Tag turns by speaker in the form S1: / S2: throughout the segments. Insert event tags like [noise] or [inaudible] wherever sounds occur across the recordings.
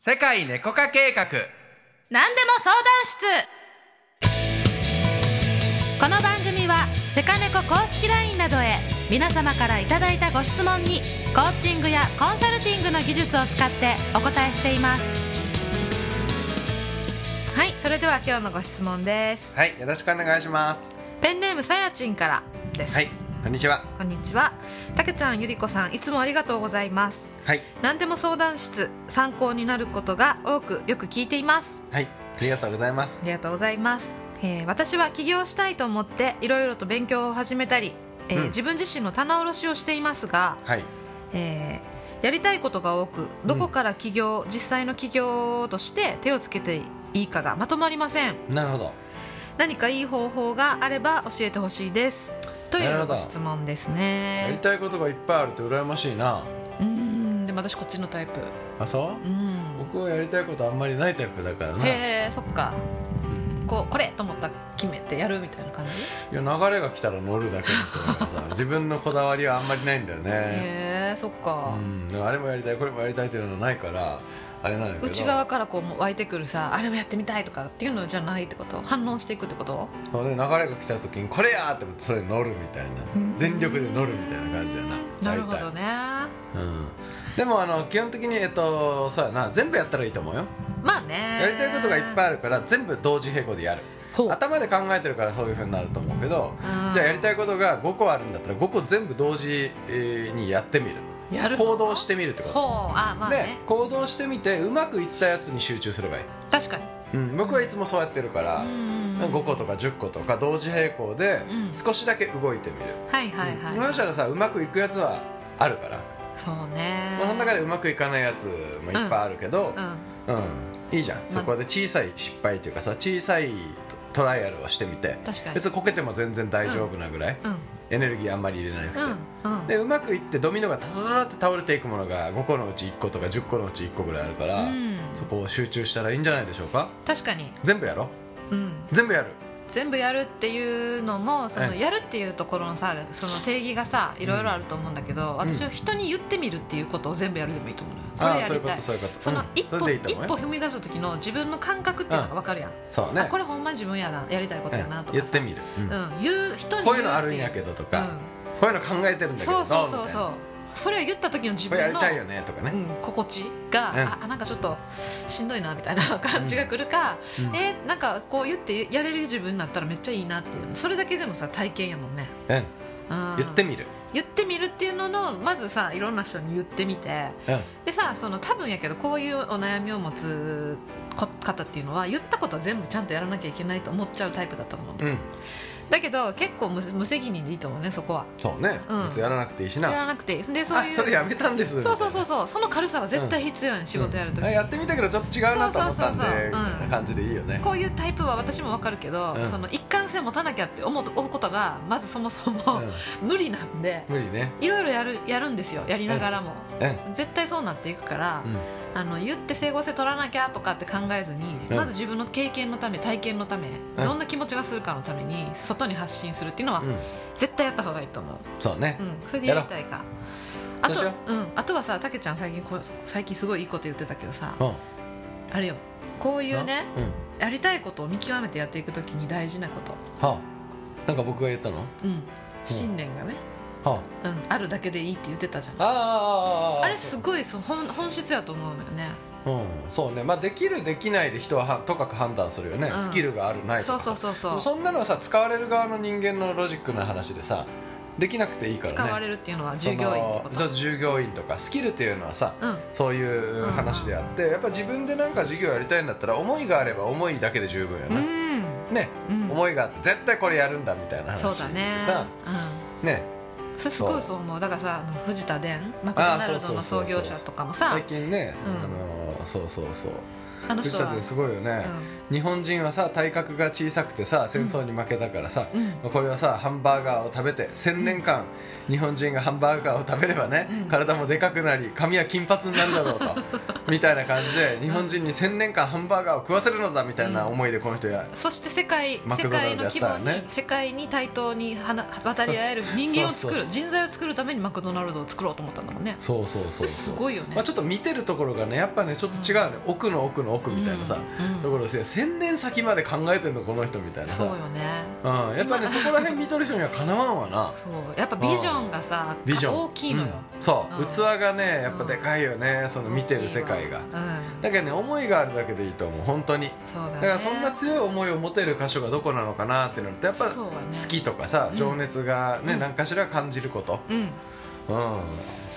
S1: 世界猫化計画
S2: 何でも相談室この番組はセカネコ公式 LINE などへ皆様からいただいたご質問にコーチングやコンサルティングの技術を使ってお答えしていますはいそれでは今日のご質問です
S1: はいよろしくお願いします
S2: ペンネームさやちんからです、
S1: はいこんにちは
S2: こんにちはたけちゃんゆりこさんいつもありがとうございます
S1: はい
S2: 何でも相談室参考になることが多くよく聞いています
S1: はいありがとうございます
S2: ありがとうございます、えー私は起業したいと思っていろいろと勉強を始めたり、えー
S1: うん
S2: 自分自身の棚卸しをしていますが、
S1: はい
S2: えーやりたいことが多くどこから起業、実際の起業として手をつけていいかがまとまりません
S1: なるほど
S2: 何かいい方法があれば教えてほしいですとい
S1: なる
S2: う
S1: ほど
S2: ご質問です
S1: やり
S2: ね
S1: たいことがいっぱいあるって羨ましいな
S2: うんでも私こっちのタイプ
S1: あそううん僕はやりたいことあんまりないタイプだからなうん
S2: へえそっかこうこれと思ったら決めてやるみたいな感じ
S1: いや流れが来たら乗るだけだから
S2: [laughs]
S1: さ自分のこだわりはあんまりないんだよね
S2: へえそっ
S1: う
S2: か、
S1: んだからあれもやりたいこれもやりたいっていうのはないからあれなんだけど
S2: 内側からこう湧いてくるさあれもやってみたいとかっていうのじゃないってこと反応していくってこと
S1: それ流れが来た時にこれやーって思ってそれに乗るみたいな全力で乗るみたいな感じやな
S2: なるほどね
S1: 大体うんでもあの基本的にえっとそうやな全部やったらいいと思うよ
S2: まあね
S1: やりたいことがいっぱい
S2: い
S1: あるから全部同時並行でやる
S2: ほう
S1: 頭で考えてるからそういうふうになると思うけど
S2: うん
S1: じゃあやりたいことが5個あるんだったら5個全部同時えーにやってみる
S2: やる
S1: 行動しててみるってこ
S2: ほう
S1: と
S2: あまあ
S1: で
S2: ね
S1: 行動してみてうまくいったやつに集中すればいい、
S2: 確かに
S1: うん、僕はいつもそうやってるから、
S2: うん
S1: 5個とか10個とか同時並行で
S2: うん
S1: 少しだけ動いてみる、
S2: はいはい
S1: うん
S2: は
S1: そ
S2: い
S1: したらさうまくいくやつはあるから、
S2: そうね
S1: まあその中でうまくいかないやつもいっぱいあるけど
S2: う、ん
S1: うんいいじゃん、そこで小さい失敗というかさ小さいトライアルをしてみて
S2: 確かに
S1: 別にこけても全然大丈夫なぐらい、
S2: うん
S1: エネルギーあんまり入れなくて、
S2: うんうん
S1: でうまくいってドミノがタタタタって倒れていくものが5個のうち1個とか10個のうち1個ぐらいあるから、
S2: うん
S1: そこを集中したらいいんじゃないでしょうか
S2: 確かに
S1: 全部やろ
S2: うん
S1: 全部やる
S2: 全部やるっていうのもその
S1: ええ
S2: やるっていうところのさその定義がさいろいろあると思うんだけど、私は人に言ってみるっていうことを全部やるでもいいと思うのよこれ
S1: ああ
S2: や
S1: そうい
S2: り
S1: うこ
S2: たい
S1: とそういうこと
S2: その
S1: うん
S2: 一
S1: れ
S2: 歩
S1: でいいと
S2: 一
S1: 思う
S2: 歩
S1: よ
S2: 踏み出した時の自分の感覚っていうのが分かるやん、
S1: そう
S2: あ
S1: ね
S2: これほんま自分やなやりたいことやなとか
S1: 言
S2: さ
S1: ってみる、うん
S2: うん、言う人に言うってい
S1: こういうのあるんやけどとか、こういうの考えてるん
S2: うん、
S1: だけど
S2: そ
S1: ど
S2: うそうそう
S1: み
S2: そ
S1: たいう
S2: それを言った時の自
S1: なこれや
S2: 分
S1: り
S2: の、
S1: たいよねとか
S2: う
S1: ね、
S2: ん、心地が、
S1: うん
S2: ああなんかちょっとしんどいなみたいな感じがくるか、
S1: うん
S2: えーなんかこう言ってやれる自分になったらめっちゃいいなっていうそれだけでもさ体験やもんね、
S1: うん
S2: うん、
S1: 言ってみる、
S2: 言ってみるっていうののまずさいろんな人に言ってみて
S1: うん
S2: でさその多分やけどこういうお悩みを持つこ方っていうのは言ったことは全部ちゃんとやらなきゃいけないと思っちゃうタイプだと思う、
S1: うん、
S2: だけど結構無無責任でいいと思うねそこは
S1: そうね、
S2: うん
S1: 別にやらなくていいし
S2: や
S1: な
S2: らなくていいでそう
S1: あ
S2: いう
S1: それやめたんです
S2: そうそうそう
S1: み
S2: そうその軽さは絶対必要やん、仕
S1: たいな
S2: 事やるとき、
S1: うんあやってみたけどちょっと違うなと思ったんで
S2: そうそうそうそううん
S1: みたいな感じでいいよね
S2: こういうタイプは私もわかるけど、
S1: うん
S2: その一貫性持たなきゃって思うことがまずそもそも、
S1: う
S2: [laughs] 無理なんで
S1: ん、無理ね
S2: いろいろやるやるんですよやりながらも、
S1: うん
S2: 絶対そうなっていくから、
S1: うん
S2: あの言って整合性取らなきゃとかって考えずに、
S1: うん
S2: まず自分の経験のため体験のため、
S1: うん
S2: どんな気持ちがするかのために外に発信するっていうのは、
S1: うん
S2: 絶対やった方がいいと思う、
S1: そうね
S2: うん、それでやりたいかあと
S1: そうしよ
S2: うん、あとはさたけちゃん最近こう最近すごいいいこと言ってたけどさ
S1: うん
S2: あれよこういうね
S1: うん
S2: やりたいことを見極めてやっていくときに大事なこと、
S1: はあなんか僕が言ったのは
S2: うん、信念がね、
S1: あ
S2: うん、あるだけでいいって言ってたじゃん
S1: あああああ
S2: あれすごいそう本本質やと思うのよね
S1: うんそうねまあできるできないで人ははとかく判断するよね、
S2: うん
S1: スキルがあるないと
S2: そ
S1: か
S2: うそうそうそう
S1: そんなのはさ使われる側の人間のロジックの話でさできなくていいからね
S2: 使われるっていうのは従業員ってこと
S1: そのそう従業員とかスキルっていうのはさ、
S2: うん
S1: そういう話であって、やっぱ自分でなんか授業やりたいんだったら思いがあれば思いだけで十分よ
S2: う
S1: ね、
S2: ん
S1: ね、
S2: うん
S1: 思いがあって絶対これやるんだみたいな話
S2: そうだね
S1: でさね
S2: うんそれすごいそう思うだからさあの藤田伝マクドナルドの創業者とかもさ
S1: 最近ね、
S2: うん
S1: あのーそうそうそう
S2: あの
S1: 藤
S2: 人
S1: 田
S2: は
S1: 君すごいよね、日本人はさ体格が小さくてさ戦争に負けたからさ、
S2: う
S1: これはさハンバーガーを食べて1000年間、日本人がハンバーガーを食べればね、体もでかくなり髪は金髪になるだろう
S2: [laughs]
S1: とみたいな感じで日本人に1000年間ハンバーガーを食わせるのだみたいな思いでこの人や、
S2: そして世界
S1: マ
S2: 世
S1: クドナ
S2: 界
S1: ルド
S2: の
S1: やっ
S2: 規
S1: た
S2: 模
S1: ら
S2: に、
S1: ね
S2: 世界に対等に花渡り合える人間を作
S1: そう
S2: る
S1: そう
S2: 人材を作るためにマクドナルドを作ろうと思ったんだもんね
S1: そうそうそう
S2: そ
S1: そう
S2: れすごいよね、
S1: まあ、ちょっと見てるところがねやっぱねちょっと違うね、奥の奥の奥みたいなさ、
S2: うんうん
S1: ところで1000年先まで考えてんのこの人みたいな
S2: そう
S1: さ
S2: よね
S1: うん、やっぱね
S2: 今
S1: そこら辺見とる人にはかなわんわな
S2: そうやっぱビジョンがさ
S1: ビジョン
S2: 大きいのよ、
S1: うんそう、
S2: うん
S1: 器がねやっぱでかいよね、その見てる世界が
S2: うん
S1: だけどね思いがあるだけでいいと思う本当に
S2: そうだね
S1: だからそんな強い思いを持てる箇所がどこなのかなってなるとやっぱ
S2: そう
S1: 好
S2: だね
S1: きとかさ、
S2: うん
S1: 情熱がね、
S2: うん
S1: 何かしら感じること、
S2: うん
S1: うん、好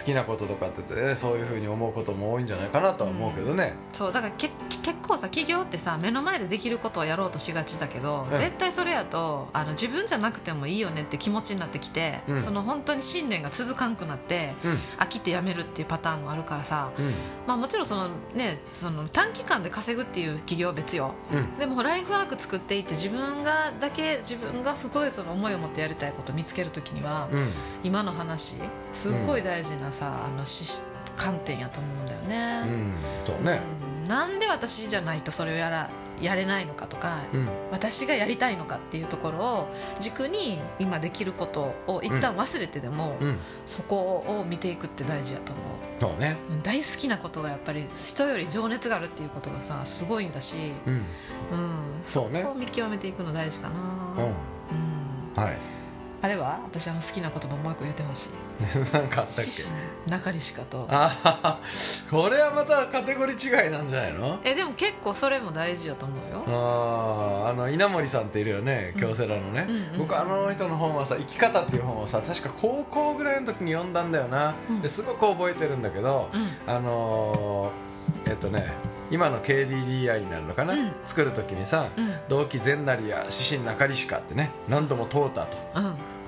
S1: きなこととかってねそういうふうに思うことも多いんじゃないかなとは思うけどね、
S2: そうだからけ結構さ企業ってさ目の前でできることをやろうとしがちだけど、
S1: うん
S2: 絶対それやとあの自分じゃなくてもいいよねって気持ちになってきて、
S1: うん
S2: その本当に信念が続かんくなって
S1: うん
S2: 飽きてやめるっていうパターンもあるからさ、
S1: うん
S2: まあ、もちろんその、ね、その短期間で稼ぐっていう企業は別よ
S1: うん
S2: でもライフワーク作っていって自分がだけ自分がすごいその思いを持ってやりたいことを見つける時には、
S1: うん
S2: 今の話すっごい大事なさ、あのし観点やと思うんだよね。
S1: うんそうね
S2: うんなんで私じゃないとそれをやらやれないのかとか、
S1: うん
S2: 私がやりたいのかっていうところを軸に今できることを一旦忘れてでも、
S1: うん
S2: そこを見ていくって大事やと思
S1: そうね
S2: ううん大好きなことがやっぱり人より情熱があるっていうことがさすごいんだし、
S1: うん
S2: うん、
S1: そうね
S2: ここを見極めていくの大事かな、
S1: う
S2: うん
S1: んはい [laughs]
S2: あれは私あの好きな言葉もう一個言ってほしい
S1: なんかあったっけ
S2: 獅子の中西かと
S1: あーこれはまたカテゴリー違いなんじゃないの
S2: えでも結構それも大事やと思うよ
S1: あーあの稲森さんっているよね
S2: うん
S1: 京セラのね、
S2: うんうん
S1: 僕あの人の本はさ「生き方」っていう本をさ確か高校ぐらいの時に読んだんだよな、
S2: うん
S1: ですごく覚えてるんだけど、
S2: うん
S1: あのーえっとね今の KDDI になるのかな、
S2: うん
S1: 作る時にさ
S2: うん
S1: 「同期善成や獅子中西か」ってね何度も通ったと、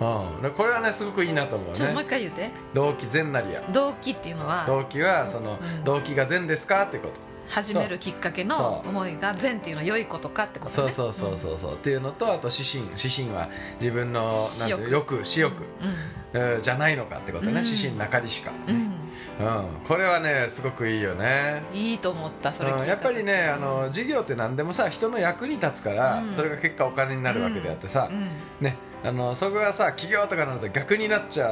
S2: うん
S1: うん、でこれはねすごくいいなと思う
S2: ちょっともう
S1: ね
S2: 一回言うて
S1: 同期善成や
S2: 動機っていうのは
S1: 動機はその
S2: うん
S1: 動機が善ですかってこと
S2: 始めるきっかけの思いが善っていうのは良いことかってことね
S1: そうそうそうそうそうっていうのとあと指針指針は自分のな
S2: 私
S1: んて
S2: 欲
S1: いう欲私欲、
S2: う
S1: えーじゃないのかってことね、
S2: うん
S1: 指針中西か、
S2: ん、う
S1: うん
S2: ん
S1: これはねすごくいいよね
S2: うん、いいと思ったそれ聞いた
S1: うん、やっぱりねあの事業って何でもさ人の役に立つから、
S2: うん
S1: それが結果お金になるわけであってさ、
S2: うん
S1: ねあのそこがさ企業とかになると逆になっちゃ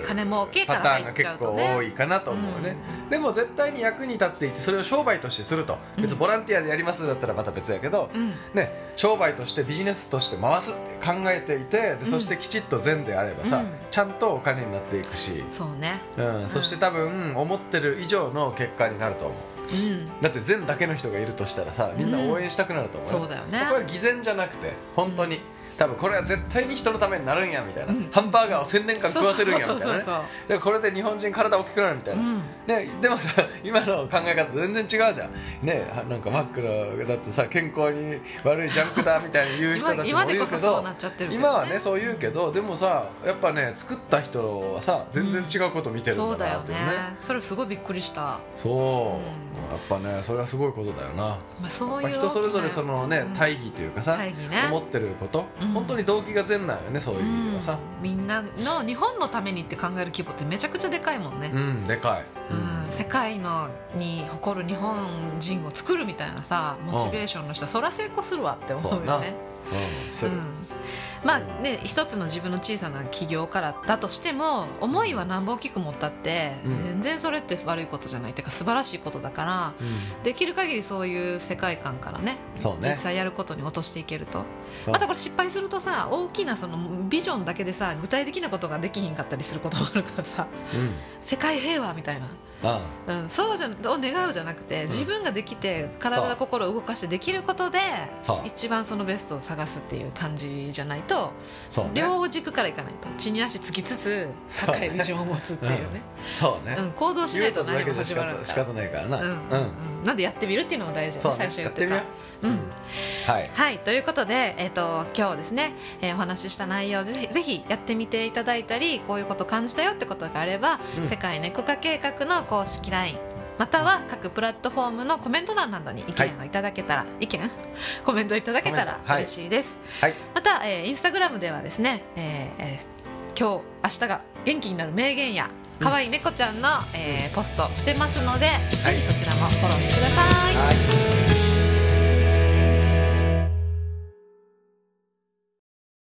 S1: う
S2: 金儲け
S1: パ
S2: から
S1: ターン
S2: 入
S1: が
S2: っちゃ
S1: 結
S2: うと
S1: 構
S2: ね
S1: 多いかなと思うね、でも絶対に役に立っていてそれを商売としてすると別にボランティアでやりますだったらまた別やけど、
S2: うん
S1: ね、商売としてビジネスとして回すって考えていてでそしてきちっと善であればさ、
S2: うん
S1: ちゃんとお金になっていくし、
S2: そうね
S1: うんそして多分思ってる以上の結果になると思う
S2: うん
S1: だって善だけの人がいるとしたらさみんな応援したくなると思う、
S2: そうだよね
S1: これは偽善じゃなくて本当に、多分これは絶対に人のためになるんやみたいな、
S2: うん
S1: ハンバーガーを1000年間
S2: そう
S1: 食
S2: そ
S1: わ
S2: うそ
S1: せるんやみ
S2: う
S1: たいなね
S2: そう
S1: でこれで日本人体大きくなるみたいな、
S2: うん
S1: ね、でもさ今の考え方全然違うじゃんねなんかマックのだってさ健康に悪いジャンクだみたいに言う人
S2: 今
S1: たち
S2: 今
S1: もい
S2: でこ
S1: るけ
S2: そそう
S1: ど
S2: なっちゃってるけど
S1: 今はねそう言うけどでもさやっぱね作った人はさ全然違うこと見てる
S2: そ
S1: ん
S2: うだ
S1: だ
S2: よ
S1: なってい
S2: ね
S1: うね
S2: それすごいびっくりした、
S1: そうやっぱねそれはすごいことだよな
S2: まあ、そう
S1: や
S2: い
S1: っ
S2: う
S1: ぱ人それぞれそのね
S2: うん
S1: 大義というかさ
S2: 大義ね
S1: 思ってること
S2: うん
S1: 本当に動機が善なんよねそういう
S2: う
S1: 意味で
S2: ん
S1: はさ、
S2: みんなの日本のためにって考える規模ってめちゃくちゃでかいもんね、
S1: うんでかい
S2: うん、世界のに誇る日本人を作るみたいなさモチベーションの人はそら成功するわって思うよね。
S1: うんす
S2: う
S1: る
S2: んまあね、一つの自分の小さな企業からだとしても思いは何ぼ大きく持ったって、
S1: うん
S2: 全然それって悪いことじゃないっていうか素晴らしいことだから
S1: うん
S2: できる限りそういう世界観からね
S1: そう
S2: 実
S1: ね
S2: 際やることに落としていけると、
S1: うん
S2: またこれ失敗するとさ大きなそのビジョンだけでさ具体的なことができひんかったりすることもあるからさ
S1: うん
S2: 世界平和みたいな
S1: あ
S2: うん、そうじゃを願うじゃなくて自分ができて体
S1: そ
S2: が
S1: う
S2: 心を動かしてできることで
S1: そう
S2: 一番そのベストを探すっていう感じじゃないと、
S1: そうね
S2: 両軸からいかないと地に足つきつつ
S1: そう
S2: 高いビジョンを持つっていうね
S1: そうね、
S2: う、ん、行動しないと何も
S1: 言う
S2: 始まらない
S1: 仕
S2: から
S1: 方ないから
S2: う
S1: な。
S2: んうんうんなんでやってみるっていうのも大事
S1: そう
S2: だ
S1: ね
S2: ね最初言って
S1: や
S2: た
S1: って
S2: う
S1: みよう。
S2: ん
S1: はい。
S2: はいということで、えー、と今日ですね、えーお話しした内容ぜひぜひやってみていただいたりこういうこと感じたよってことがあれば、
S1: うん
S2: 世界猫化計画の公式 LINE または各プラットフォームのコメント欄などに意見をいただけたら、意見 [laughs] コメントいただけた
S1: コメ
S2: ら
S1: ントはい
S2: 嬉しいです、
S1: はい
S2: また、えーインスタグラムではですね、えーえー今日明日が元気になる名言や可愛い猫ちゃんの、えーポストしてますので、
S1: はい
S2: ぜひそちらもフォローしてください
S1: はい